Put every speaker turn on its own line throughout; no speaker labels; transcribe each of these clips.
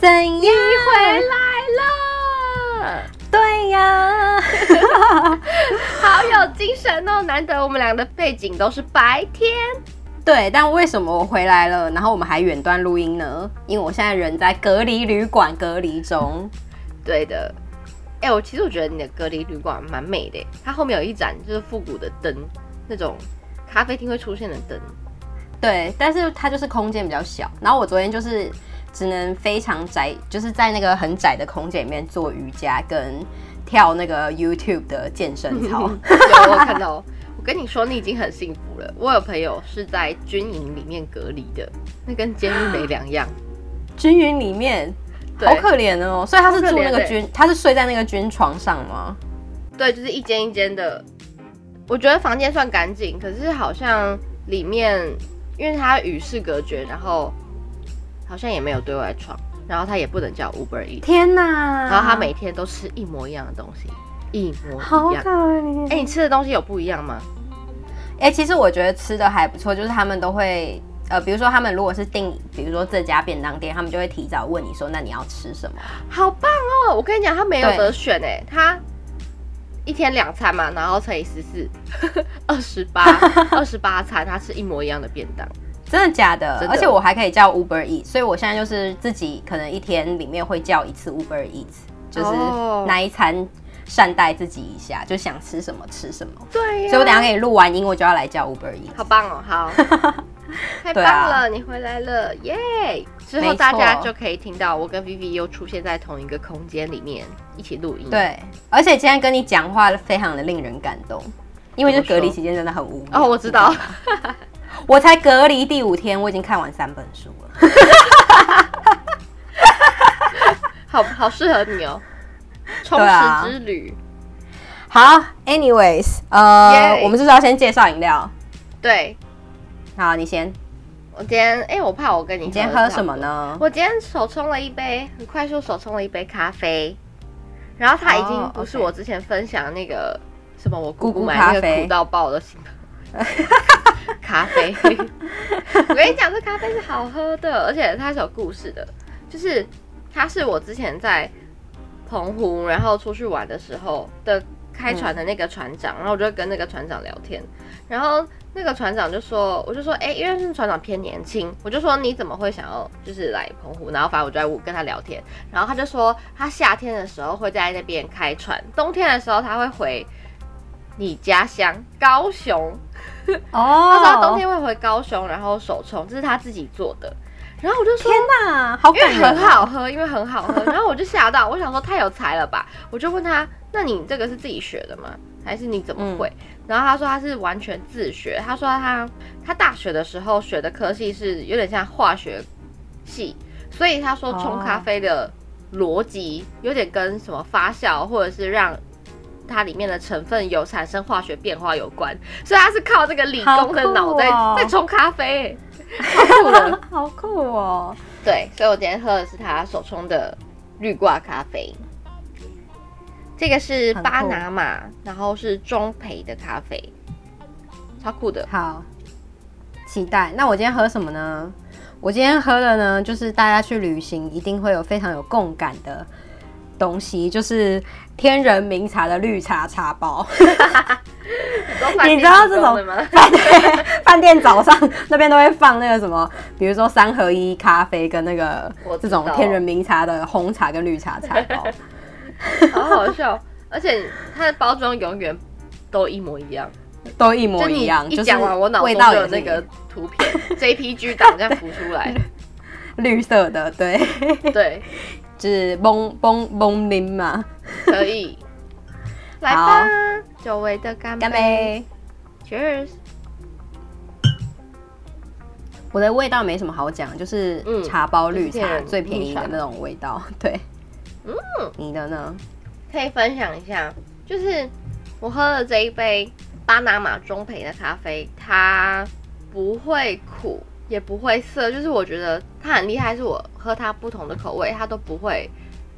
怎一
回
回？
来了，
对呀，
好有精神哦！难得我们俩的背景都是白天，
对，但为什么我回来了，然后我们还远端录音呢？因为我现在人在隔离旅馆隔离中。
对的。哎、我其实我觉得你的隔离旅馆蛮美的耶，它后面有一盏就是复古的灯，那种咖啡厅会出现的灯。
对，但是它就是空间比较小。然后我昨天就是只能非常窄，就是在那个很窄的空间里面做瑜伽跟跳那个 YouTube 的健身操。
有哦我看到。我跟你说，你已经很幸福了。我有朋友是在军营里面隔离的，那跟监狱没两样。
军营里面，
对
好可怜哦。所以他是住那
好可
个
怜
军，他是睡在那个军床上吗？
对，就是一间一间的。我觉得房间算干净，可是好像里面，因为它与世隔绝，然后好像也没有对外窗，然后他也不能叫 Uber Eat，
天哪！
然后他每天都吃一模一样的东西，一模
啊好
一
可
样。
怜。
哎、你吃的东西有不一样吗？
哎、其实我觉得吃的还不错，就是他们都会，呃，比如说他们如果是订，比如说这家便当店，他们就会提早问你说，那你要吃什么？
好棒哦！我跟你讲，他没有
对
得选哎、他一天两餐嘛，然后乘以十四， 二十 八，二十八餐，他吃一模一样的便当。
真的假的？
真的
而且我还可以叫 Uber Eat，所以我现在就是自己可能一天里面会叫一次 Uber Eat，就是
哦
那一餐善待自己一下，就想吃什么吃什么。
对呀
所以我等一下给你录完音，我就要来叫 Uber Eat。
好棒哦， 好，太棒
对
了，
啊
你回来了，耶！之
没
后
错
大家就可以听到我跟 Vivi 又出现在同一个空间里面一起录音。，
对，而且今天跟你讲话非常的令人感动，因为就隔离期间真的很无聊。
哦，我知道
你，道吗，我才隔离第五天，我已经看完三本书了。
好好适合你 哦，充
对啊
实之旅。
好，anyways，呃
Yay
我们是不是要先介绍饮料？
对
好，你先，
我今天，哎、我怕我跟你
你今天
的
喝
差
什
不
么
多？
呢？
我今天手冲了一杯，很快速手冲了一杯咖啡，然后它已经
哦
不是
OK
我之前分享那个、什么我姑
姑
姑
姑
买那
咖
个
啡
苦到爆的 星咖啡。我跟你讲，这咖啡是好喝的，而且它是有故事的，就是它是我之前在澎湖然后出去玩的时候的开船的那个船长，然后我就跟那个船长聊天，然后那个船长就说，我就说，哎、因为是船长偏年轻，我就说你怎么会想要就是来澎湖？然后反正我就在跟他聊天，然后他就说他夏天的时候会在那边开船，冬天的时候他会回你家乡高雄，
哦
他说他冬天会回高雄，然后手冲，这是他自己做的。然后我就说，
天哪，好
因为
感人、哦啊
很好，喝，因为很好 喝。然后我就吓到，我想说太有才了吧？我就问他，那你这个是自己学的吗？还是你怎么会？
嗯
然后他说他是完全自学。他说他他大学的时候学的科系是有点像化学系，所以他说冲
哦
咖啡的逻辑有点跟什么发酵或者是让。它里面的成分有产生化学变化有关，所以他是靠这个理
好
工的脑
酷
袋
哦
在冲咖啡、欸，超酷的。
好酷哦！
对，所以我今天喝的是他手冲的绿挂咖啡。这个是
很酷
巴拿马，然后是中培的咖啡，超酷 的。
好，期待。那我今天喝什么呢？我今天喝的呢，就是大家去旅行一定会有非常有共感的东西，就是天人名茶的绿茶茶包。你知道这种
的吗？
饭店 饭店早上那边都会放那个什么，比如说三合一咖啡跟那个
我知
这
道
种天人名茶的红茶跟绿茶茶 包。
好好笑，而且它的包装永远都一模一样，
都一模
就你
一样，
一
是
讲完，我脑
味
中
道
就有
也是
那个图片 JPG 档这样浮出来。
绿色的，对，
对，
就是崩崩崩林嘛。
可以，来吧，久违的干
干杯！
，Cheers！
我的味道没什么好讲，就是
嗯
茶包
就是
绿
天
茶
然
最便宜的那种味道。 对，
嗯，
你的呢？
可以分享一下，就是我喝了这一杯巴拿马中培的咖啡，它不会苦，也不会涩，就是我觉得它很厉害，是我喝它不同的口味，它都不会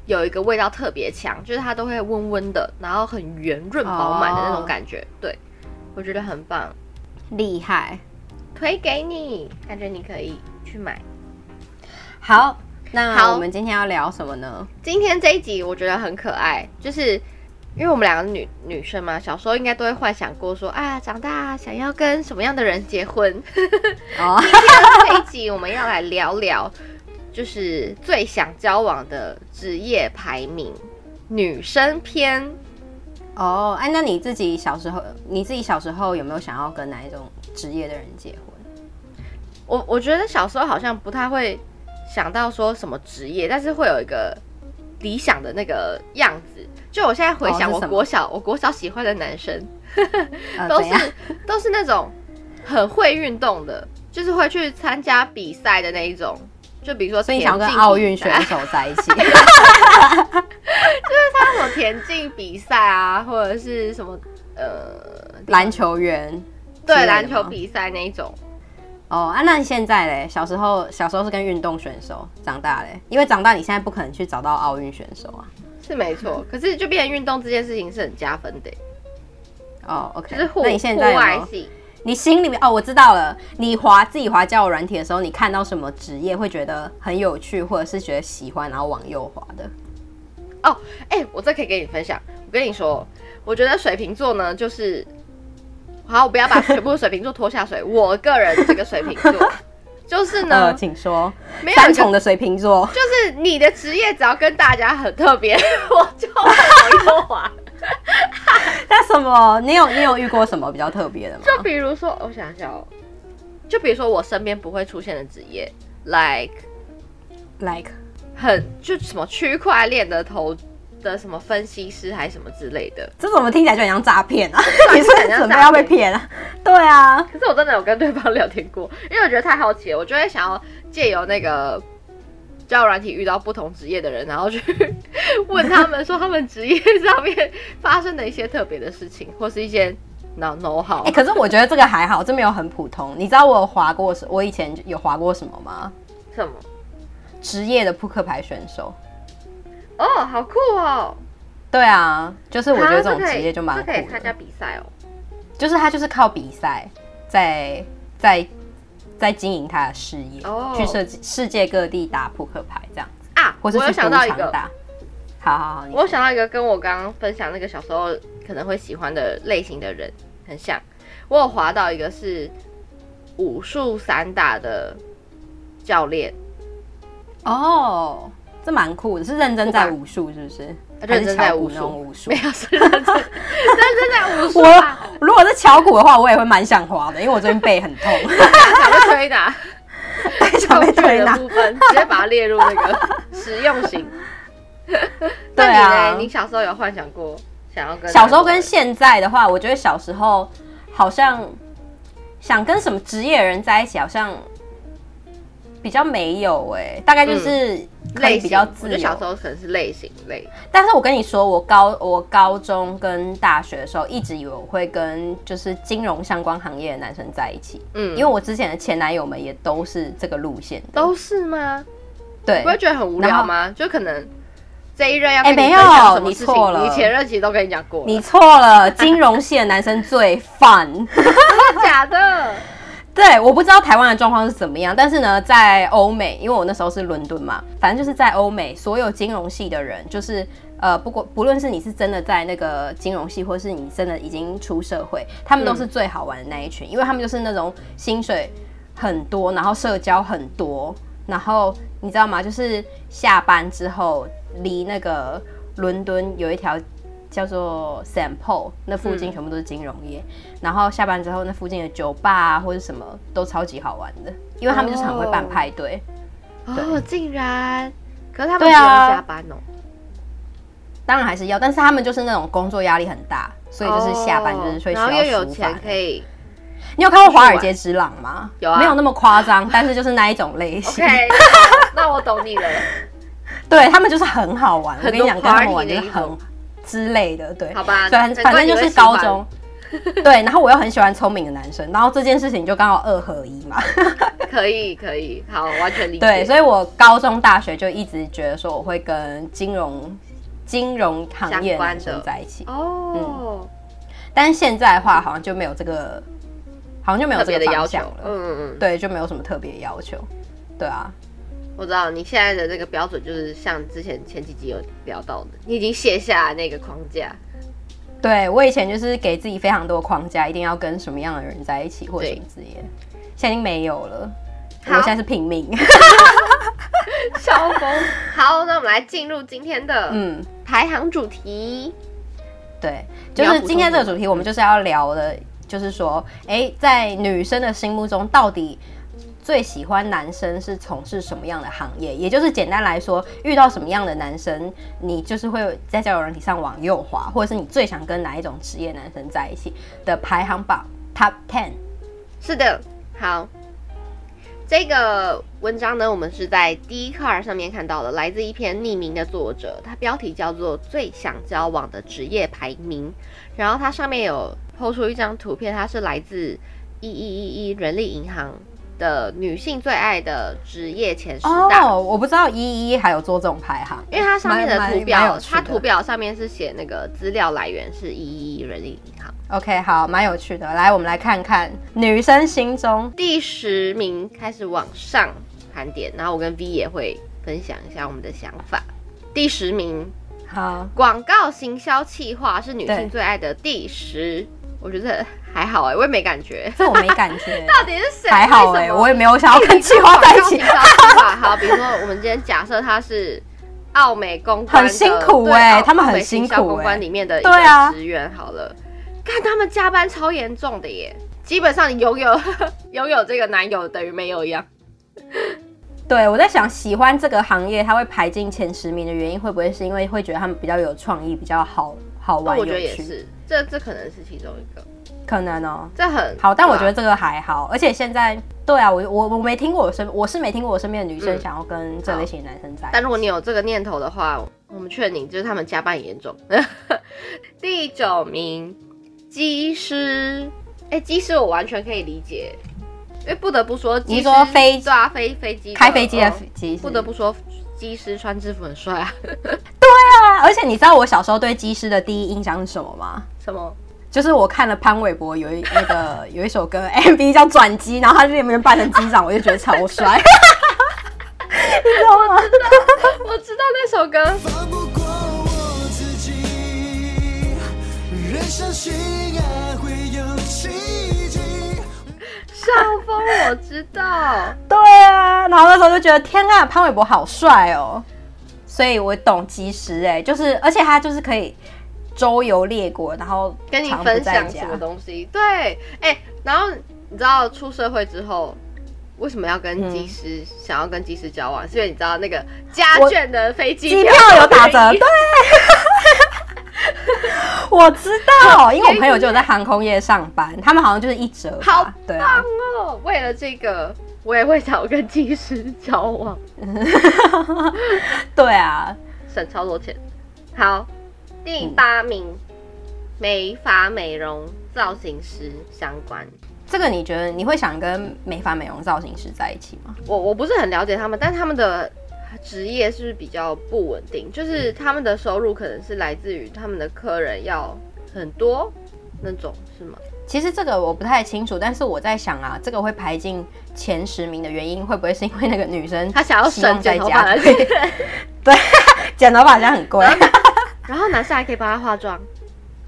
有一个味道特别强，就是它都会温温的，然后很圆润饱满的那种感觉。对，我觉得很棒，
厉害。
推给你，感觉你可以去买。
好，那
好
我们今天要聊什么呢？
今天这一集我觉得很可爱，就是因为我们两个女女生嘛，小时候应该都会幻想过说啊，长大想要跟什么样的人结婚。
哦，
这一集我们要来聊聊，就是最想交往的职业排名，女生篇。
哦，哎，那你自己小时候，你自己小时候有没有想要跟哪一种职业的人结婚？
我我觉得小时候好像不太会想到说什么职业，但是会有一个理想的那个样子。就我现在回想，
哦是
我
什么
国小我国小喜欢的男生
呃，
都
怎样？
是都是那种很会运动的，就是会去参加比赛的那一种。就比如说
所以
田
你
径比赛，
想要跟奥运选手在一 起？
那种田径比赛啊，或者是什么呃，
篮球员？之类
对
的吗
篮球比赛那一种。
哦啊，那你现在嘞？小时候小时候是跟运动选手，长大嘞，因为长大你现在不可能去找到奥运选手啊。
是没错，可是就变成运动这件事情是很加分的，欸
哦，OK，
就是户
那你现
户
在有没
外
有？
系。
你心里面哦，我知道了。你滑自己滑交友软体的时候，你看到什么职业会觉得很有趣，或者是觉得喜欢，然后往右滑的？
哦，哎、我这可以跟你分享。我跟你说，我觉得水瓶座呢，就是好，我不要把全部的水瓶座拖下水。我个人这个水瓶座， 就是呢，
呃，请说。
没有
三
一个
重的水瓶座，
就是你的职业只要跟大家很特别， 我就会往右滑。
那什么？你有你有遇过什么比较特别的吗？
就比如说，我想想哦，就比如说我身边不会出现的职业，like
like
很就什么区块链的投的什么分析师还是什么之类的。
这怎么听起来就很像诈骗 啊？
对
你是不是
很像
准备
诈
要被
骗
骗啊？对啊，
可是我真的有跟对方聊天过，因为我觉得太好奇了，我就会想要借由那个交友软体遇到不同职业的人，然后去 问他们说他们职业上面发生的一些特别的事情，或是一些 no no 好
哎、。可是我觉得这个还好，这没有很普通。你知道我有划过什？我以前有划过什么吗？
什么？
职业的扑克牌选手。
哦，好酷哦！
对啊，就是我觉得这种
啊
职业就蛮
这
酷
可以这可以参加
的，
比赛哦。
就是他就是靠比赛在在在经营他的事业，
哦
去设计世界各地打扑克牌这样子，
啊，
或是
我有
去
想
赌
到一
场
个，
打。好好好，你
我有想到一个跟我刚刚分享那个小时候可能会喜欢的类型的人很像。我有滑到一个是武术散打的教练，
哦，这蛮酷的，是认真在
不管
武术是不是？
哦认真在武术
还是巧骨那种武术
没。有是认真认 真在武术
我
啊，
如果是巧骨的话，我也会蛮想滑的，因为我最近背很 痛，
想被推拿，
想被
工具
推
的
拿。
部分直接把它列入那 个实用型。
对啊
那你呢？你小时候有幻想过想要跟
小时候跟现在的话，我觉得小时候好像想跟什么职业的人在一起，好像比较没有哎、大概就是可
嗯类
以
型
比较
我
自
觉得
由
小时。候可能是类型类，
但是我跟你说，我高我高中跟大学的时候，一直以为我会跟就是金融相关行业的男生在一起，
嗯，
因为我之前的前男友们也都是这个路线的。
都是吗？
对
不，会觉得很无聊吗？就可能这一任要跟
哎没
你
有
分享什么事
你错
情，
了
你前任其实都跟你讲过了，
你错了，金融系的男生最烦。
真的假的？
对，我不知道台湾的状况是怎么样，但是呢，在欧美，因为我那时候是伦敦嘛，反正就是在欧美，所有金融系的人，就是呃，不过不论是你是真的在那个金融系，或是你真的已经出社会，他们都是最好玩的那一群，因为他们就是那种薪水很多，然后社交很多，然后你知道吗？就是下班之后，离那个伦敦有一条叫做 s a m p o l 那附近全部都是金融业。然后下班之后，那附近的酒吧啊或者什么都超级好玩的，因为他们就是很会办派 对。
哦，竟然，可是他们
对
不用
啊
加班哦。
当然还是要，但是他们就是那种工作压力很大，所以就是下班就是会需
哦然后
要
又有
抒发
钱。可 以
你有看过《华尔街之狼》吗？
有啊
没有那么夸张，但是就是那一种 类型。
，OK，那我懂你了。
对他们就是很好玩，我
很
跟你
多
讲，跟他们
party
玩
的
就是
一
很
种
之类的，对。
好吧
反
难
反
怪
正
你
就
会
是
喜
高
欢
中，对。然后我又很喜欢聪明的男生，然后这件事情就刚好二合一嘛。
可以，可以，好，完全理解。
对，所以我高中、大学就一直觉得说我会跟金融、金融行业
相
的男
关
生
的
在一起，嗯
哦，
但是现在的话好像就没有这个，好像就没有
特
这
别
个
的要
方
求
向，了。
嗯嗯嗯，
对，就没有什么特别要求。对啊，
我知道你现在的那个标准就是像之前前几集有聊到的，你已经卸下那个框架，
对我以前就是给自己非常多框架，一定要跟什么样的人在一起或者什么之类的，现在已经没有了。我
好
现在是平民，
笑疯。好，那我们来进入今天的
嗯，
排行主题。
对，
你
就
要
是
补
今
充
天这个
什么
主题，我们就是要聊的，就是说，哎，在女生的心目中，到底最喜欢男生是从事什么样的行业？也就是简单来说，遇到什么样的男生，你就是会在交友软体上往右滑，或者是你最想跟哪一种职业男生在一起的排行榜 Top Ten。
是的，好。这个文章呢，我们是在 d c a r 上面看到的，来自一篇匿名的作者，它标题叫做《最想交往的职业排名》，然后它上面有抛出一张图片，它是来自一一一一人力银行的女性最爱的职业前十大。
哦，我不知道一一还有做这种排行，
因为它上面的
蛮
图
蛮蛮
表
有，趣
它
的
图表上面是写那个资料来源是一一人力银行。
OK 好，蛮有趣的。来，我们来看看女生心中
第十名开始往上盘点，然后我跟 V 也会分享一下我们的想法。第十名，
好
广告行销企划是女性
对
最爱的第十，我觉得还好哎、我也没感觉。
这我没感 觉，
到底是谁？
还好哎、
哎、
我也没有想要跟计划在一起
广，告行销企划好，比如说我们今天假设他是。奥美公关的
很辛苦
对
哎
奥
他们很
奥美行
辛苦
销公关
哎
里面的一
对啊
个职员好了，看他们加班超严重的耶，基本上你拥有 拥有这个男友等于没有一样。
对，我在想，喜欢这个行业，他会排进前十名的原因，会不会是因为会觉得他们比较有创意，比较好好
那
玩？
哦我觉得
有
也
趣
是，这这可能是其中一个，
可能哦、
这很
好，但我
对啊
觉得这个还好，而且现在对啊，我我我没听过我身我是没听过我身边的女生
嗯
想要跟这类型的男生在一起。
但如果你有这个念头的话，我们劝你，就是他们加班很严重。 第九名，机师，哎、机师我完全可以理解，因为不得不说，
你
机
说
师
飞
对啊，飞飞机
开飞机的
嗯
机师、
不得不说，机师穿制服很帅啊。
啊！而且你知道我小时候对机师的第一印象是什么吗？
什么？
就是我看了潘玮柏有一那个 有一首歌 MV 叫《转机》，然后他在里面扮成机长，我就觉得超帅， 你知道吗？
我知道那首歌，
放不过我自己，仍相信爱会有奇迹。
上风我知道。
对啊，然后那时候就觉得天啊，潘玮柏好帅哦，所以我懂及时哎、就是而且他就是可以周游列国，然后
跟你
常不
分
在
享
家
什么东西。对，哎、然后你知道出社会之后，为什么要跟技师、想要跟技师交往？是因为你知道那个家
嗯我
眷的飞机
机票有 打折，对。我知道，因为我朋友就有在航空业上班，他们好像就是一折吧，
好
对啊、
棒哦！为了这个，我也会想要跟技师交往，
对啊，
省超多钱。好，第八名，
嗯
美发美容造型师相关。
这个你觉得你会想跟美发美容造型师在一起吗？
我我不是很了解他们，但他们的职业是比较不稳定，
嗯
就是他们的收入可能是来自于他们的客人要很多那种，是吗？
其实这个我不太清楚，但是我在想啊，这个会排进前十名的原因，会不会是因为那个女生
他想要
希望
省
在
剪头发
家
的钱，
对，剪头发好像 很
啊
贵。
然后男生还可以帮他化妆，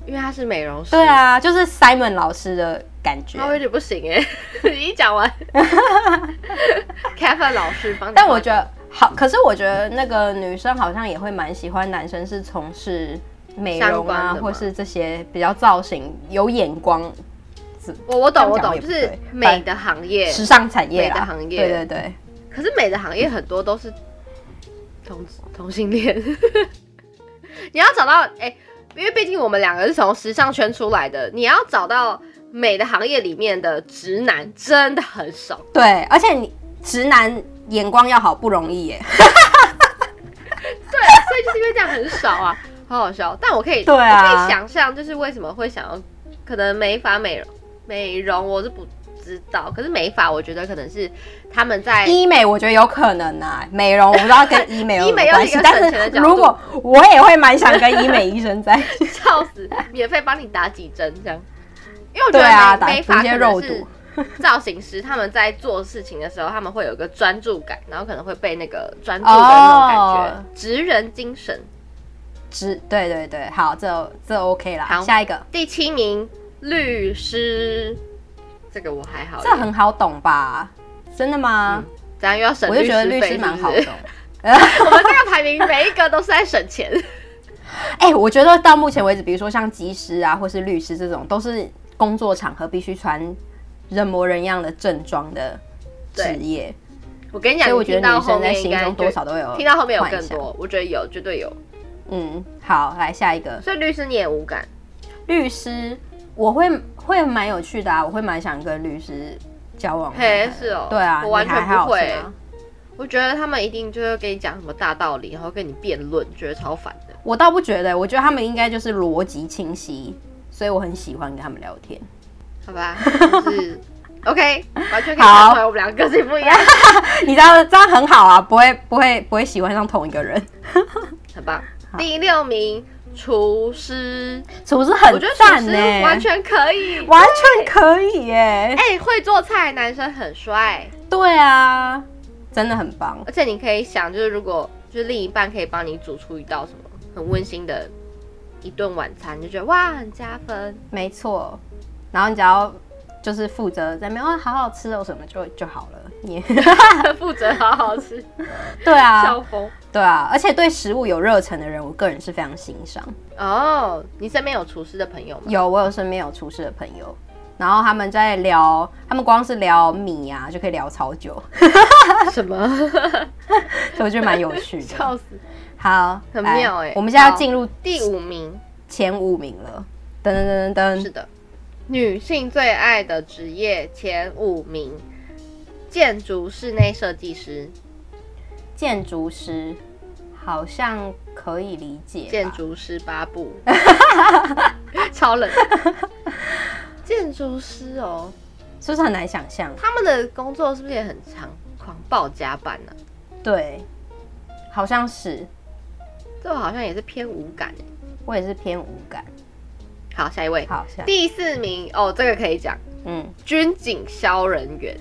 因为他是美容师。
对，啊，就是 Simon 老师的感觉
他。有点不行哎、你 一讲 完，Kevin 老师帮你化妆，
但我觉得好，可是我觉得那个女生好像也会蛮喜欢男生是从事美
相
容
关的
啊
吗，
或是这些比较造型有眼光、
我我
这
懂
样
我
讲
懂，
也
就
不
是
对
美的行业，
时尚产业
美的
啦。
行业
对对对。
可是美的行业很多都是同同性恋， 你要找到哎、因为毕竟我们两个是从时尚圈出来的，你要找到美的行业里面的直男真的很少，
对，而且你直男眼光要好不容易耶。
对，所以就是因为这样很少啊，好好笑。但我可以，
对啊
我可以想象就是为什么会想要，可能美发美容美容我是不知道，可是美发我觉得可能是他们在
医美我觉得有可能啊，美容我不知道 跟医美有
医美
没有关
又是一
系
个，省钱的
但是
角度
如果我也会蛮想 跟医美医生在一起。
笑死，免费帮你打几针这样。因为我觉
对
得
啊
美
打
美发
补一些
可能
肉
是
毒
造型师他们在做事情的时候，他们会有一个专注感，然后可能会被那个专注的那种感
哦
觉，职、人精神。
只对对对，好，这这 OK 啦。
好
下一个，
第七名，律师，这个我还好一
这
点，
很好懂吧？真的吗？
怎样又要嗯省
我就
律
觉
师
得律
费
师
是
蛮
不
好
是
懂。。
我们这个排名每一个都是在省钱，
哎、我觉得到目前为止，比如说像技师啊，或是律师这种，都是工作场合必须穿人模人样的正装的职
对
业，
我跟你
所
讲，
以我
你
觉
听
得
到
女
后
生在
面应
心
该
中
就
多少都会有
听到后面有
幻
更
想。
多，我觉得有，绝对有。
嗯，好，来下一个
所以律师你也无感，
律师，我会会蛮有趣的啊，我会蛮想跟律师交往看看
嘿
的。，
是哦，
对啊，
我完
你还
全不
好是
会
吗。
我觉得他们一定就会跟你讲什么大道理，然后跟你辩论，觉得超烦的。
我倒不觉得，我觉得他们应该就是逻辑清晰，所以我很喜欢跟他们聊天。
好吧，就是 OK，完全可以
好
看出来我们两个个性不一样，
你知道这样很好啊，不会不会不会喜欢上同一个人。
很棒。第六名，厨师，
厨师很
我觉得厨
赞
师
呢、
完全可以。
完全可以耶、
哎、会做菜男生很帅，
对啊，真的很棒。
而且你可以想，就是如果就是另一半可以帮你煮出一道什么很温馨的一顿晚餐，你就觉得哇，很加分。
没错，然后你只要就是负责在那边哇，好好吃哦什么就就好了。你
负责好好吃，
对啊
笑，疯。
对啊，而且对食物有热忱的人，我个人是非常欣赏。
哦，你身边有厨师的朋友吗？
有，我有身边有厨师的朋友，然后他们在聊，他们光是聊米啊就可以聊超久， 啊
什么？
所以我觉得蛮有 趣的。
笑死！
好，
很
来
妙欸
我们现在要
好
进入
第五名
前五名了，噔噔噔噔
是
噔，
的，女性最爱的职业前五名：建筑室内设计师、
建筑师好像可以理解吧，
建筑师八 部，超冷。建筑师哦，
是不是很难想象？
他们的工作是不是也很长，狂暴加班啊呢、
对，好像是，
这我好像也是偏无感耶
我也是偏无感。
好，下一位，
好，下
第四名哦，这个可以讲，
嗯
军警消人员。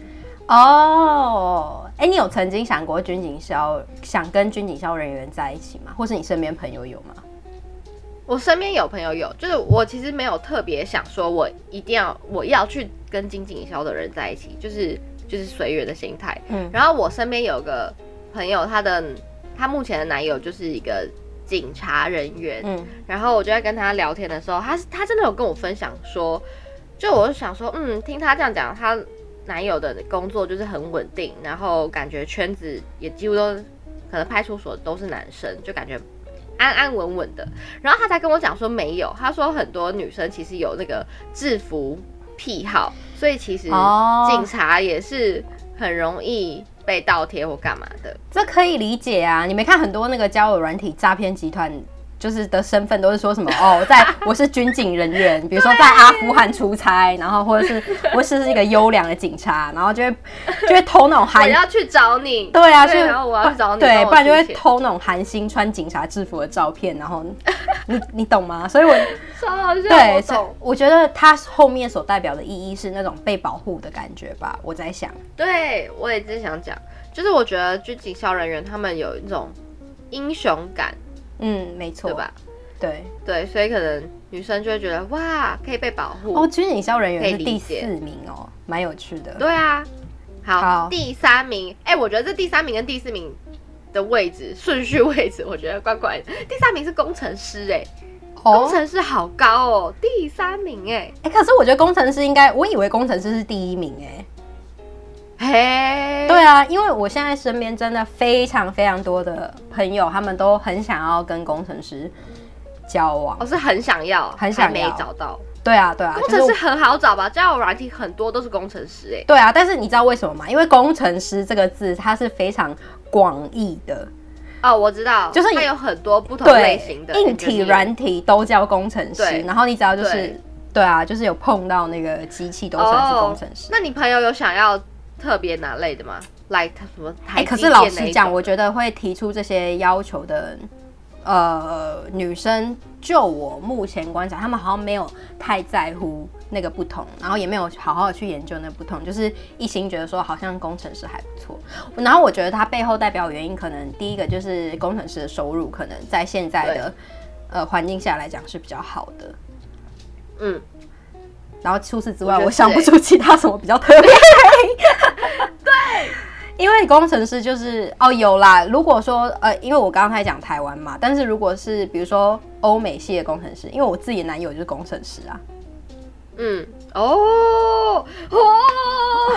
哦，哎、你有曾经想过军警消想跟军警消人员在一起吗？或是你身边朋友有吗？
我身边有朋友有，就是我其实没有特别想说，我一定要我要去跟金井萧的人在一起，就是就是随缘的心态。
嗯
然后我身边有个朋友，她的她目前的男友就是一个警察人员，
嗯
然后我就在跟他聊天的时候，他是他真的有跟我分享说，就我就想说，嗯，听他这样讲，她男友的工作就是很稳定，然后感觉圈子也几乎都可能派出所都是男生，就感觉安安稳稳的。然后他才跟我讲说没有，他说很多女生其实有那个制服癖好，所以其实
哦
警察也是很容易被倒贴或干嘛的。
这可以理解啊。你没看很多那个交友软体诈骗集团。就是的身份都是说什么哦，在我是军警人员，比如说在阿富汗出差，然后或者 是我是一个优良的警察，然后就会就会偷那种
我
韩
要去找你，
对啊，
对
就
然后我要去找你，帮
对，
我
不然就
出
会
钱
偷那种韩星穿警察制服的照片，然后你 你懂吗？所以我
超好笑，
对，
我
所以
懂，
我觉得他后面所代表的意义是那种被保护的感觉吧，我在想，
对我也真想讲，就是我觉得军警消人员他们有一种英雄感，
嗯，没错，
对吧？？
对，
对，所以可能女生就会觉得哇，可以被保护。
哦，军警消人
可
员
以
是
理
第四
解
名哦，蛮有趣的，
对啊，好，
好
第三名，哎、我觉得这第三名跟第四名的位置顺序位置，我 觉得怪怪的。第三名是工程师、哎、工
哦，
程师好高哦，第三名、
哎，可是我觉得工程师应该，我以为工程师是第一名，哎，
哎，嘿，
对啊，因为我现在身边真的非常非常多的朋友，他们都很想要跟工程师交往
我、，是很想要，
很想
还没
要
找到。
对啊，对啊，
哦工
就是
程师很好找吧？交友软体很多都是工程师、哎。
对啊，但是你知道为什么吗？因为工程师这个字它是非常广义的，
哦，我知道，
就是
它
你
有很多不同类
对
型的，
硬体、软体都叫工程师
对，
然后你只要就是
对
对啊，就是有碰到那个机器都算是工程师。
哦那你朋友有想要特别哪类的吗？来，他什么
哎、
台积电那一种？
可是老实讲，我觉得会提出这些要求的呃女生就我目前观察，他们好像没有太在乎那个不同，然后也没有好好的去研究那个不同，就是一心觉得说好像工程师还不错。然后我觉得它背后代表的原因，可能第一个就是工程师的收入可能在现在的呃环境下来讲是比较好的。
嗯，
然后除此之外，我
我觉得是
想不出其他什么比较特别。对，因为工程师就是哦，有啦。如果说呃，因为我刚才讲台湾嘛，但是如果是比如说欧美系的工程师，因为我自己的男友就是工程师啊，
嗯，哦哦，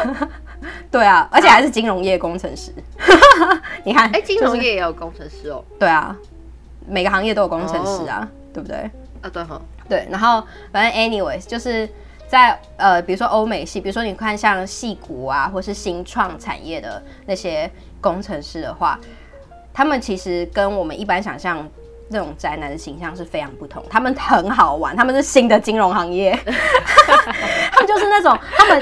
对啊，而且还是金融业工程 师。你看，
哎、金融
就是
业也有工程师哦。
对啊，每个行业都有工程师啊，对不对？
啊，对哈，
对，然后反正 anyways 就是在呃，比如说欧美系，比如说你看像戏骨啊，或是新创产业的那些工程师的话，他们其实跟我们一般想象那种宅男的形象是非常不同。他们很好玩，他们是新的金融行业， 他们就是那种他们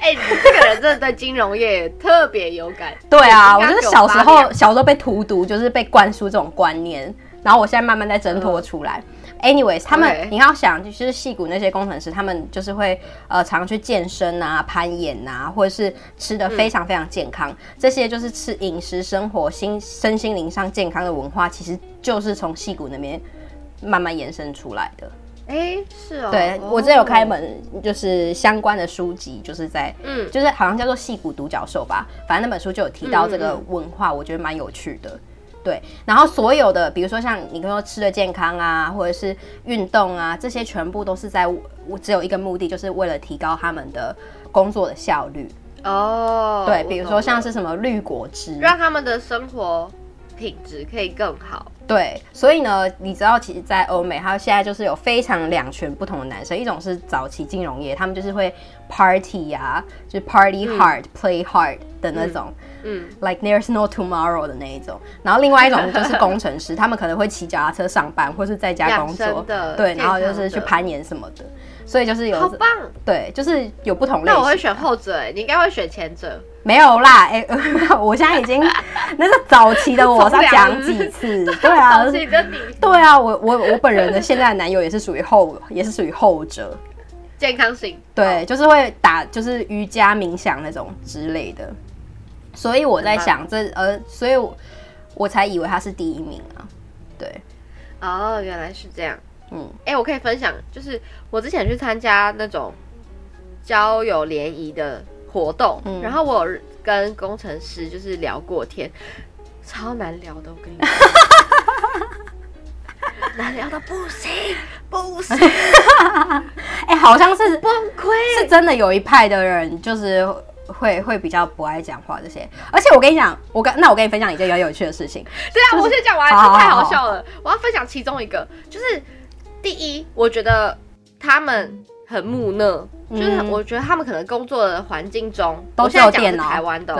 哎、你这个人真的对金融业也特别有感。
对啊，我
刚
就是
有
小时
发
候
表
小时候被荼毒，就是被灌输这种观念，然后我现在慢慢在挣脱出来。Anyways，他们
OK
你要想，就是戏骨那些工程师，他们就是会呃常去健身啊、攀岩啊，或者是吃的非常非常健康，这些就是吃饮食、生活、心身心灵上健康的文化，其实就是从戏骨那边慢慢延伸出来的。
哎、是哦，
对
哦
我这有开一，本就是相关的书籍，就是在
嗯，
就是好像叫做《戏骨独角兽》吧，反正那本书就有提到这
嗯
个文化，我觉得蛮有趣的。对，然后所有的，比如说像你刚说吃的健康啊，或者是运动啊，这些全部都是在我只有一个目的，就是为了提高他们的工作的效率。
哦，
对，
我
比如
懂
说像
了
是什么绿果汁，
让他们的生活品质可以更好。
对，所以呢，你知道，其实，在欧美，它现在就是有非常两群不同的男生，一种是早期金融业，他们就是会 party 啊，就是 party hard、play hard 的那种、
嗯，
like there's no tomorrow 的那一种。然后另外一种就是工程师，他们可能会骑脚踏车上班，或是在家
养
工作
生的，
对，然后
健
就
康
是去
的
攀岩什么的。所以就是
好
有
棒。
对，就是有不同类
那
型。
我会选后者、哎，你应该会选前者。
没有啦，哎、 我现在 已经那是早期的我，是
从
要
良
讲几次？ 对啊，
自己的你，
对啊，我我我本人的现在的男友也是属于后，也是属于后者，
健康型。
对，就是会打就是瑜伽、冥想那种之类的。所以我在想这呃，所以我我才以为他是第一名啊。对，
哦，原来是这样。
嗯，
哎、我可以分享，就是我之前去参加那种交友联谊的活动，
嗯
然后我有跟工程师就是聊过天，超难聊的，我跟你 讲，难聊到不行，不 行，
哎、好像是
崩溃。
是真的有一派的人就是会会比较不爱讲话这些。而且我跟你讲，我跟那我跟你分享一件比较有趣的事情，
对啊，我先讲完，
好好
这太
好
好笑了。我要分享其中一个，就是第一，我觉得他们很木讷，就是
嗯
我觉得他们可能工作的环境中，
都
我
只
现在
有
讲的
电
是
脑。
台湾的、哦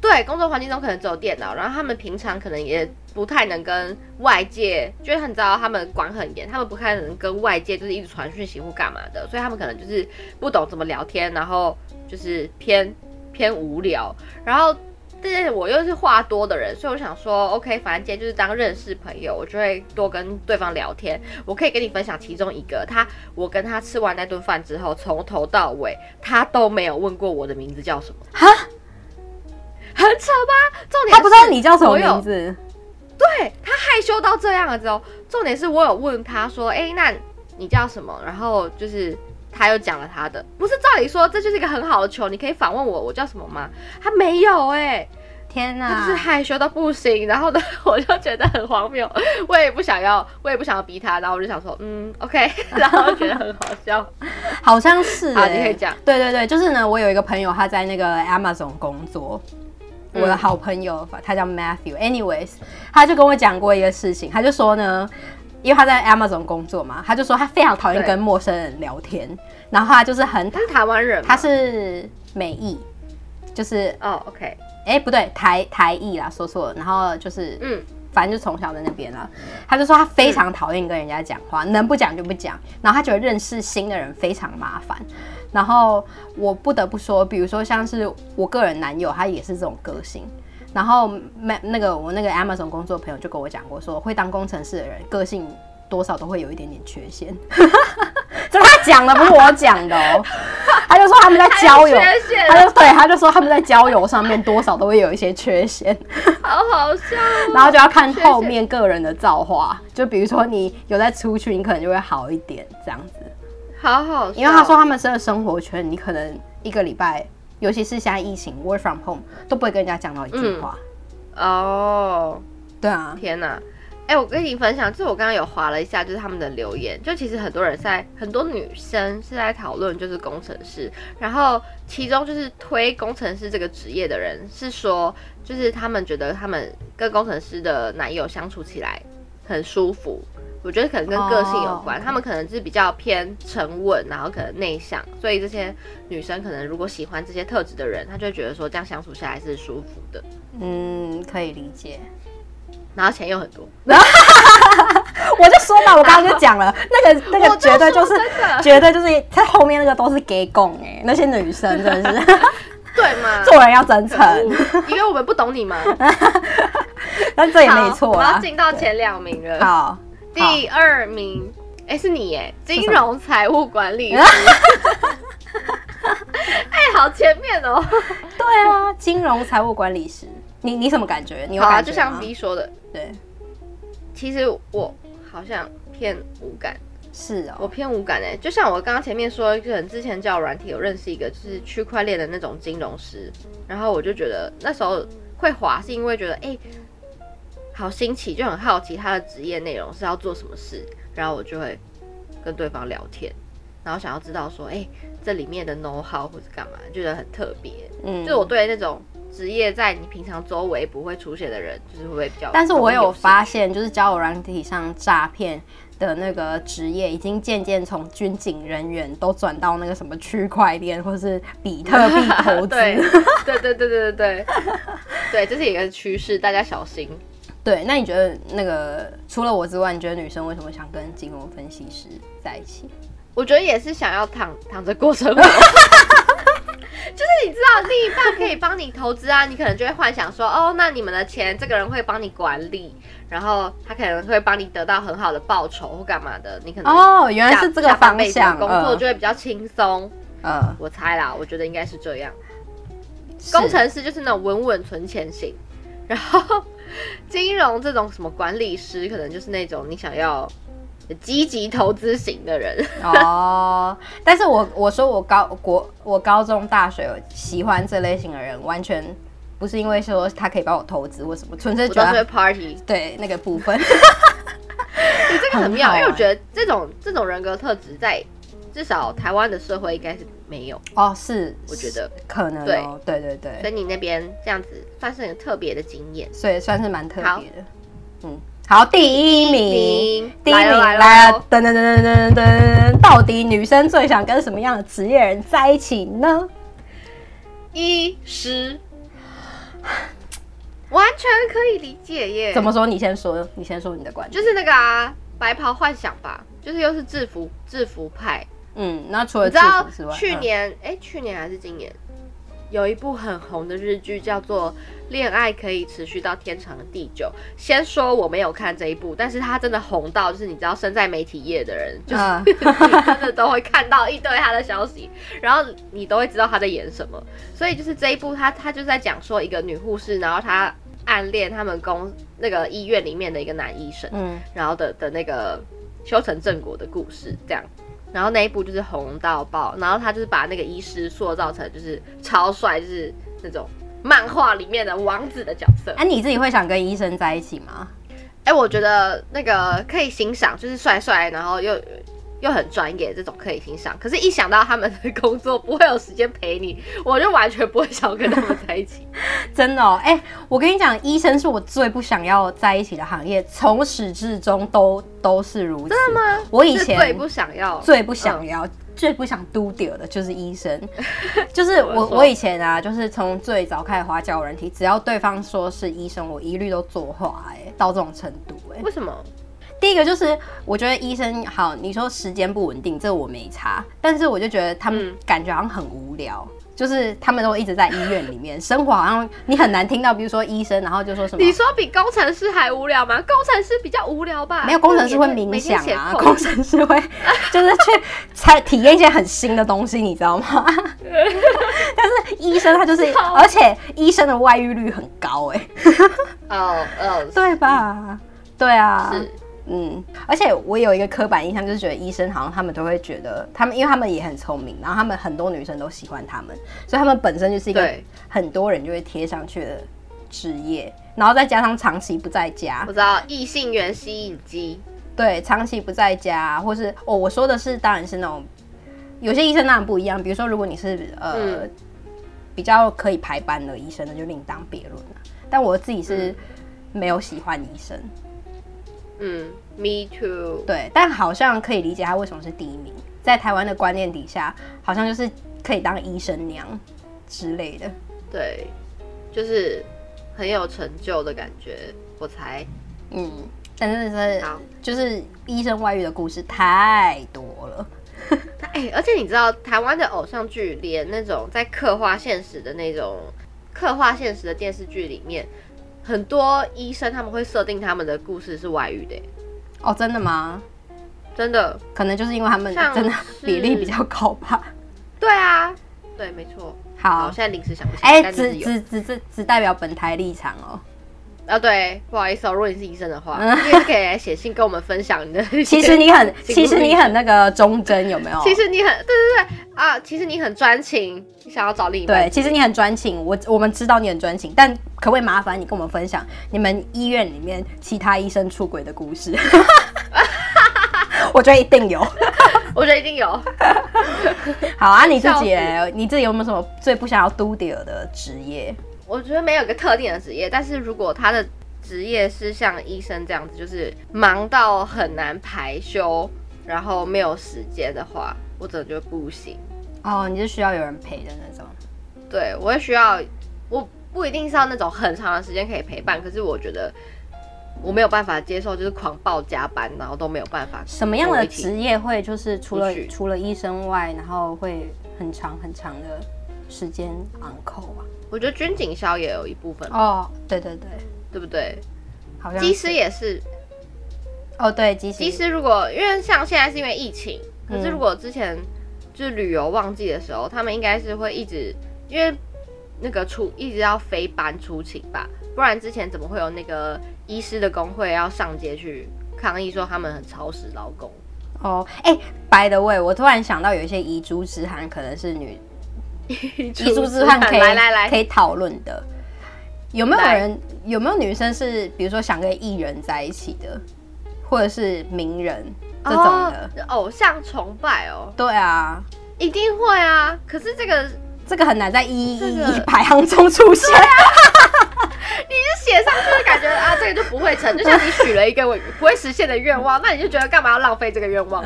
对，，
对，工作环境中可能只有电脑，然后他们平常可能也不太能跟外界，就是很知道他们管很严，他们不太能跟外界就是一直传讯息或干嘛的，所以他们可能就是不懂怎么聊天，然后就是偏偏无聊，然后。但是我又是话多的人，所以我想说，OK，反正今天就是当认识朋友，我就会多跟对方聊天。我可以跟你分享其中一个，他我跟他吃完那顿饭之后，从头到尾他都没有问过我的名字叫什么，
哈，
很扯吧？重点
他不知道
是
你叫什么
我有
名字，
对他害羞到这样了之后，重点是我有问他说：“哎、那你叫什么？”然后就是他又讲了他的，不是照理说这就是一个很好的球，你可以反问我我叫什么吗？他没有哎、
天哪、
他就是害羞到不行。然后呢，我就觉得很荒谬，我也不想要，我也不想要逼他，然后我就想说，嗯，OK，然 后觉得很好笑。
好像是、欸，
好你可以讲。
对对对，就是呢，我有一个朋友，他在那个 Amazon 工作，我的
嗯
好朋友，他叫 Matthew。Anyways，他就跟我讲过一个事情，他就说呢，因为他在 Amazon 工作嘛，他就说他非常讨厌
对
跟陌生人聊天，然后他就是很讨
他，是台湾人吗，
他是美裔，就是
哦，OK，
哎、不对，台台裔啦，说错了，然后就是
嗯，
反正就从小在那边啦。他就说他非常讨厌跟人家讲
嗯
话，能不讲就不讲。然后他觉得认识新的人非常麻烦。然后我不得不说，比如说像是我个人男友，他也是这种个性。然后那那个我那个 Amazon 工作朋友就跟我讲过说会当工程师的人个性多少都会有一点点缺陷。 这是他讲的，不是我讲的哦。他就说他 们在交友
还有缺，陷
他就对，他就说他们在交友上面多少都会有一些缺陷，
好好笑哦、
然后就要看后面个人的造化。就比如说你有在出去，你可能就会好一点这样子。
好好笑，
因为他说他们这个生活圈，你可能一个礼拜，尤其是现在疫情 work from home，都不会跟人家讲到一句话。
嗯哦。
对啊，
天呐！哎、我跟你分享，就是我刚刚有划了一下，就是他们的留言，就其实很多人是在很多女生是在讨论就是工程师，然后其中就是推工程师这个职业的人是说，就是他们觉得他们跟工程师的男友相处起来很舒服，我觉得可能跟个性有关
哦
他们可能是比较偏沉稳，然后可能内向，所以这些女生可能如果喜欢这些特质的人，她就会觉得说这样相处下来是舒服的，
嗯，可以理解。
然后钱又很多。
我就说嘛，我刚刚就讲了，那 个那
我
个
就
绝对就是
说真的
绝对就是他后面那个都是 gay 供哎、那些女生真的是
对嘛？
做人要真诚，
可恶 因为我们不懂你 嘛。
但这也没
好
错
我要
啦。
进到前两名了。
好，
第二名，哎、是你耶，金
什么
融财务管 理师。哎、好前面哦。
对啊，金融财务管理师，你你什么感觉？你有
好
感
啊，就
觉吗？
像 B 说的，
对，
其实我好像偏无感，
是哦，
我偏无感哎。就像我刚刚前面说，可能之前交友软体有认识一个就是区块链的那种金融师，然后我就觉得那时候会滑是因为觉得哎、好新奇，就很好奇他的职业内容是要做什么事，然后我就会跟对方聊天，然后想要知道说哎、这里面的 know how 或者干嘛，觉得很特别。
嗯
就是我对那种职业在你平常周围不会出现的人，就是会不会比较，
但是我有
兴趣
发现，就是交友软体上诈骗的那个职业，已经渐渐从军警人员都转到那个什么区块链或是比特币投资。
对对对对对对对，对，这是一个趋势，大家小心。
对，那你觉得那个除了我之外，你觉得女生为什么想跟金融分析师在一起？
我觉得也是想要躺躺着过生活。 就是你知道，另一半可以帮你投资啊，你可能就会幻想说，哦，那你们的钱这个人会帮你管理，然后他可能会帮你得到很好的报酬或干嘛的，你可能
哦，原来
下
是这个
下半
方
辈子的
向。
工作
呃
就会比较轻松。
呃，
我猜啦，我觉得应该是这样。
是
工程师就是那种稳稳存钱型，然后金融这种什么管理师，可能就是那种你想要积极投资型的人。
哦，但是我我说我高国我高中大学有喜欢这类型的人，完全不是因为说他可以 帮我投资或什么，纯粹
我
觉
都是会
得
party，
对那个部分。
你这个很妙，
很好
因为我
欸
觉得这种这种人格特质在至少台湾的社会应该是没有，
哦，是，
我觉得
是可能哦，对对
所
对，
以你那边这样子算是很特别的经验。
所以算是蛮特
好
别的。嗯，好，第一名，
名
第一
来
名
了来
来
了
了，，噔噔噔噔噔噔，到底女生最想跟什么样的职业人在一起呢？
医师， 完全可以理解耶。
怎么说？你先说，你先说你的观点。
就是那个啊，白袍幻想吧，就是又是制服制服派。
嗯，那除
你
了
知
制
道
服之外，
去
嗯
年哎、诶去年还是今年，有一部很红的日剧叫做《恋爱可以持续到天长地久》。先说我没有看这一部，但是它真的红到，就是你知道身在媒体业的人，就是、
嗯
真的都会看到一堆他的消息，然后你都会知道他在演什么。所以就是这一部他，他就在讲说一个女护士，然后她暗恋他们公那个医院里面的一个男医生。
嗯，
然后的的那个修成正果的故事这样。然后那一部就是红到爆，然后他就是把那个医师塑造成就是超帅，就是那种漫画里面的王子的角色。
哎，你自己会想跟医生在一起吗？
哎，我觉得那个可以欣赏，就是帅帅，然后又又很专业这种可以欣赏。可是，一想到他们的工作不会有时间陪你，我就完全不会想要跟他们在一 起。
真的哦，哎、我跟你讲，医生是我最不想要在一起的行业，从始至终都都是如此。真的吗？我以
是
前
最不想嗯要，
最不想要、最不想嘟丢的就是医 生，就是
怎么
我
说
我以前啊，就是从最早开始花交友软体，只要对方说是医生，我一律都作画、哎，到这种程度、哎，
为什么？
第一个就是我觉得医生好，你说时间不稳定，这我没差，但是我就觉得他们
嗯
感觉好像很无聊，就是他们都一直在医院里面生活，好像你很难听到，比如说医生，然后就说什么
你说比工程师还无聊吗？工程师比较无聊吧？
没有工程师会冥想啊，工程师会就是去才体验一些很新的东西，你知道吗？但是医生他就是，而且医生的外遇率很高、欸，哎，
哦哦，
对吧？对啊，
是
嗯，而且我有一个刻板印象，就是觉得医生好像他们都会觉得他们，因为他们也很聪明，然后他们很多女生都喜欢他们，所以他们本身就是一个
对
很多人就会贴上去的职业，然后再加上长期不在家
我，知道异性缘吸引机，
对，长期不在家，或是哦，我说的是当然是那种有些医生当然不一样，比如说如果你是呃、
嗯
比较可以排班的医生，那就另当别论了。但我自己是没有喜欢医生，
嗯，me too，
对，但好像可以理解他为什么是第一名，在台湾的观念底下，好像就是可以当医生娘之类的。
对，就是很有成就的感觉，我才
嗯，但是是
好。
就是医生外遇的故事太多了。
哎、而且你知道台湾的偶像剧，连那种在刻画现实的那种刻画现实的电视剧里面，很多医生他们会设定他们的故事是外遇的耶，
哦，真的吗？
真的。
可能就是因为他们
像
真的
是
比例比较高吧。
对啊，对，没错。好，
好
我，现在临时想不起来。
哎、
但就是
只
有
只只只只代表本台立场哦。
啊，对，不好意思哦，如果你是医生的话，
嗯
你也可以来写信跟我们分享 你的一些。
其实你很，
请
其实
注意
你很那个忠贞，有没有？
其实你很对对对啊，其实你很专情，你想要找另一半
对，。其实你很专情，我我们知道你很专情，但可不可以麻烦你跟我们分享你们医院里面其他医生出轨的故事？ 我觉得一定有。
我觉得一定有。
好啊，你自
笑死
己耶，你自己有没有什么最不想要嘟点的职业？
我觉得没有一个特定的职业，但是如果他的职业是像医生这样子，就是忙到很难排休，然后没有时间的话，我真的觉得不行。
哦，你是需要有人陪的那种。
对我会需要，我不一定是要那种很长的时间可以陪伴，可是我觉得我没有办法接受，就是狂暴加班，然后都没有办法。
什么样的
职？
职业会就是除了
出去
除了医生外，然后会很长很长的时间 on call 啊？
我觉得军警消也有一部分，
哦，对对对，
对不对？
好像
机
是
师也是，
哦，对，机师
其实如果因为像现在是因为疫情，可是
嗯
如果之前就是旅游旺季的时候，他们应该是会一直因为那个出一直要飞班出勤吧，不然之前怎么会有那个医师的工会要上街去抗议说他们很超时劳 工？
哦，哎、白 by the way，我突然想到有一些遗珠之憾可能是女
遗
遗珠之憾可以
来来来，
可以讨论的。有没有
来
人有没有女生是比如说想跟艺人在一起的，或者是名人这种的？
哦偶像崇拜哦，
对啊，
一定会啊。可是这个
这个很难在一
这
一
个啊
一排行中出现。
写上去就感觉啊，这个就不会 成，就像你许了一个我不会实现的愿望，那你就觉得干嘛要浪费这个愿 望？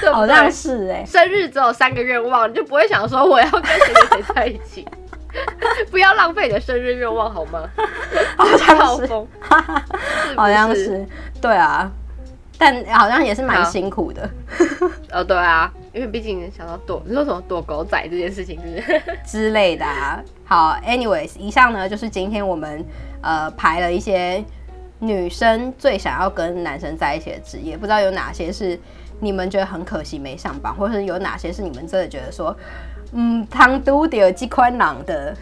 对不
好像
对？
是哎、
生日只有三个愿望，你就不会想说我要跟谁谁谁在一 起，不要浪费你的生日愿望好吗？
好
套
像是，
风，是不
好像
是
是，对啊，但好像也是蛮
好
辛苦的
哦，对啊，因为毕竟想到躲，你说什么躲狗仔这件事情， 是不是？
之类的啊。好，anyways，以上呢就是今天我们呃排了一些女生最想要跟男生在一起的职业，不知道有哪些是你们觉得很可惜没上榜，或者是有哪些是你们真的觉得说。嗯，唐都的鸡宽朗的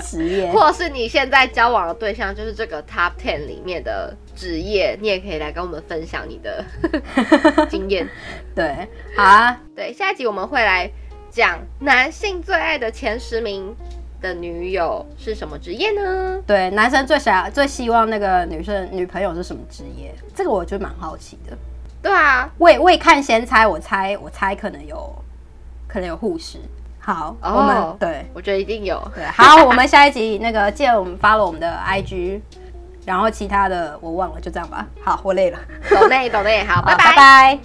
职 业，
或是你现在交往的对象就是这个 top ten 里面的职业，你也可以来跟我们分享你 的经验。
对，好啊，
对，下一集我们会来讲男性最爱的前十名的女友是什么职业呢？
对，男生最想最希望那个女生女朋友是什么职业？这个我就蛮好奇的。
对啊，
未未看先猜，我猜我猜可能有，可能有护士。好，
哦
我们对
我觉得一定有。
对，啊好，我们下一集那个记得我们 follow 我们的 IG，然后其他的我忘了，就这样吧。好，我累了，
抖内抖内，好，
好
拜
拜拜